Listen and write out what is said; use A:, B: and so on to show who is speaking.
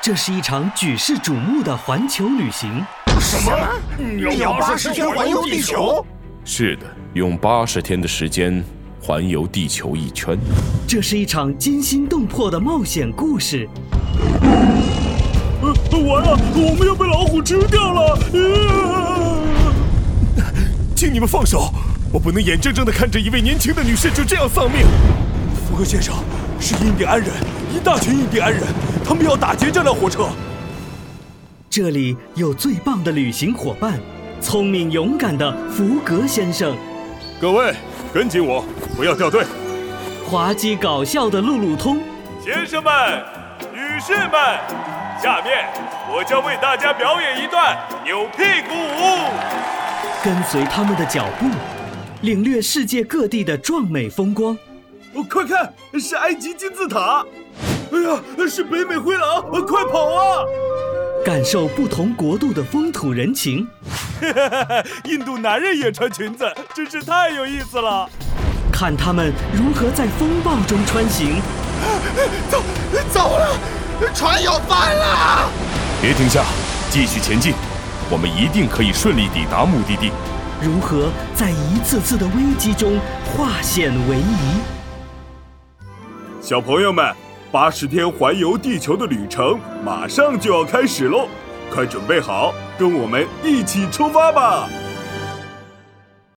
A: 这是一场举世瞩目的环球旅行。
B: 什么？你要八十天环游地球？
C: 是的，用八十天的时间环游地球一圈。
A: 这是一场惊心动魄的冒险故事。
D: 呃，完了，我们要被老虎吃掉了！ 呃、
E: 请你们放手，我不能眼睁睁的看着一位年轻的女士就这样丧命。
F: 福克先生，是印第安人，一大群印第安人，他们要打劫这辆火车。
A: 这里有最棒的旅行伙伴，聪明勇敢的福格先生。
G: 各位，跟紧我，不要掉队。
A: 滑稽搞笑的路路通，
H: 先生们，女士们。下面我将为大家表演一段扭屁股舞。
A: 跟随他们的脚步，领略世界各地的壮美风光。
D: 哦，快看，是埃及金字塔！哎呀，是北美灰狼！
H: 呃
D: 哦、快跑啊！
A: 感受不同国度的风土人情。
D: 印度男人也穿裙子，真是太有意思了。
A: 看他们如何在风暴中穿行。
B: 走，走了。船要翻了！
C: 别停下，继续前进，我们一定可以顺利抵达目的地。
A: 如何在一次次的危机中化险为夷？
H: 小朋友们，八十天环游地球的旅程马上就要开始喽，快准备好，跟我们一起出发吧！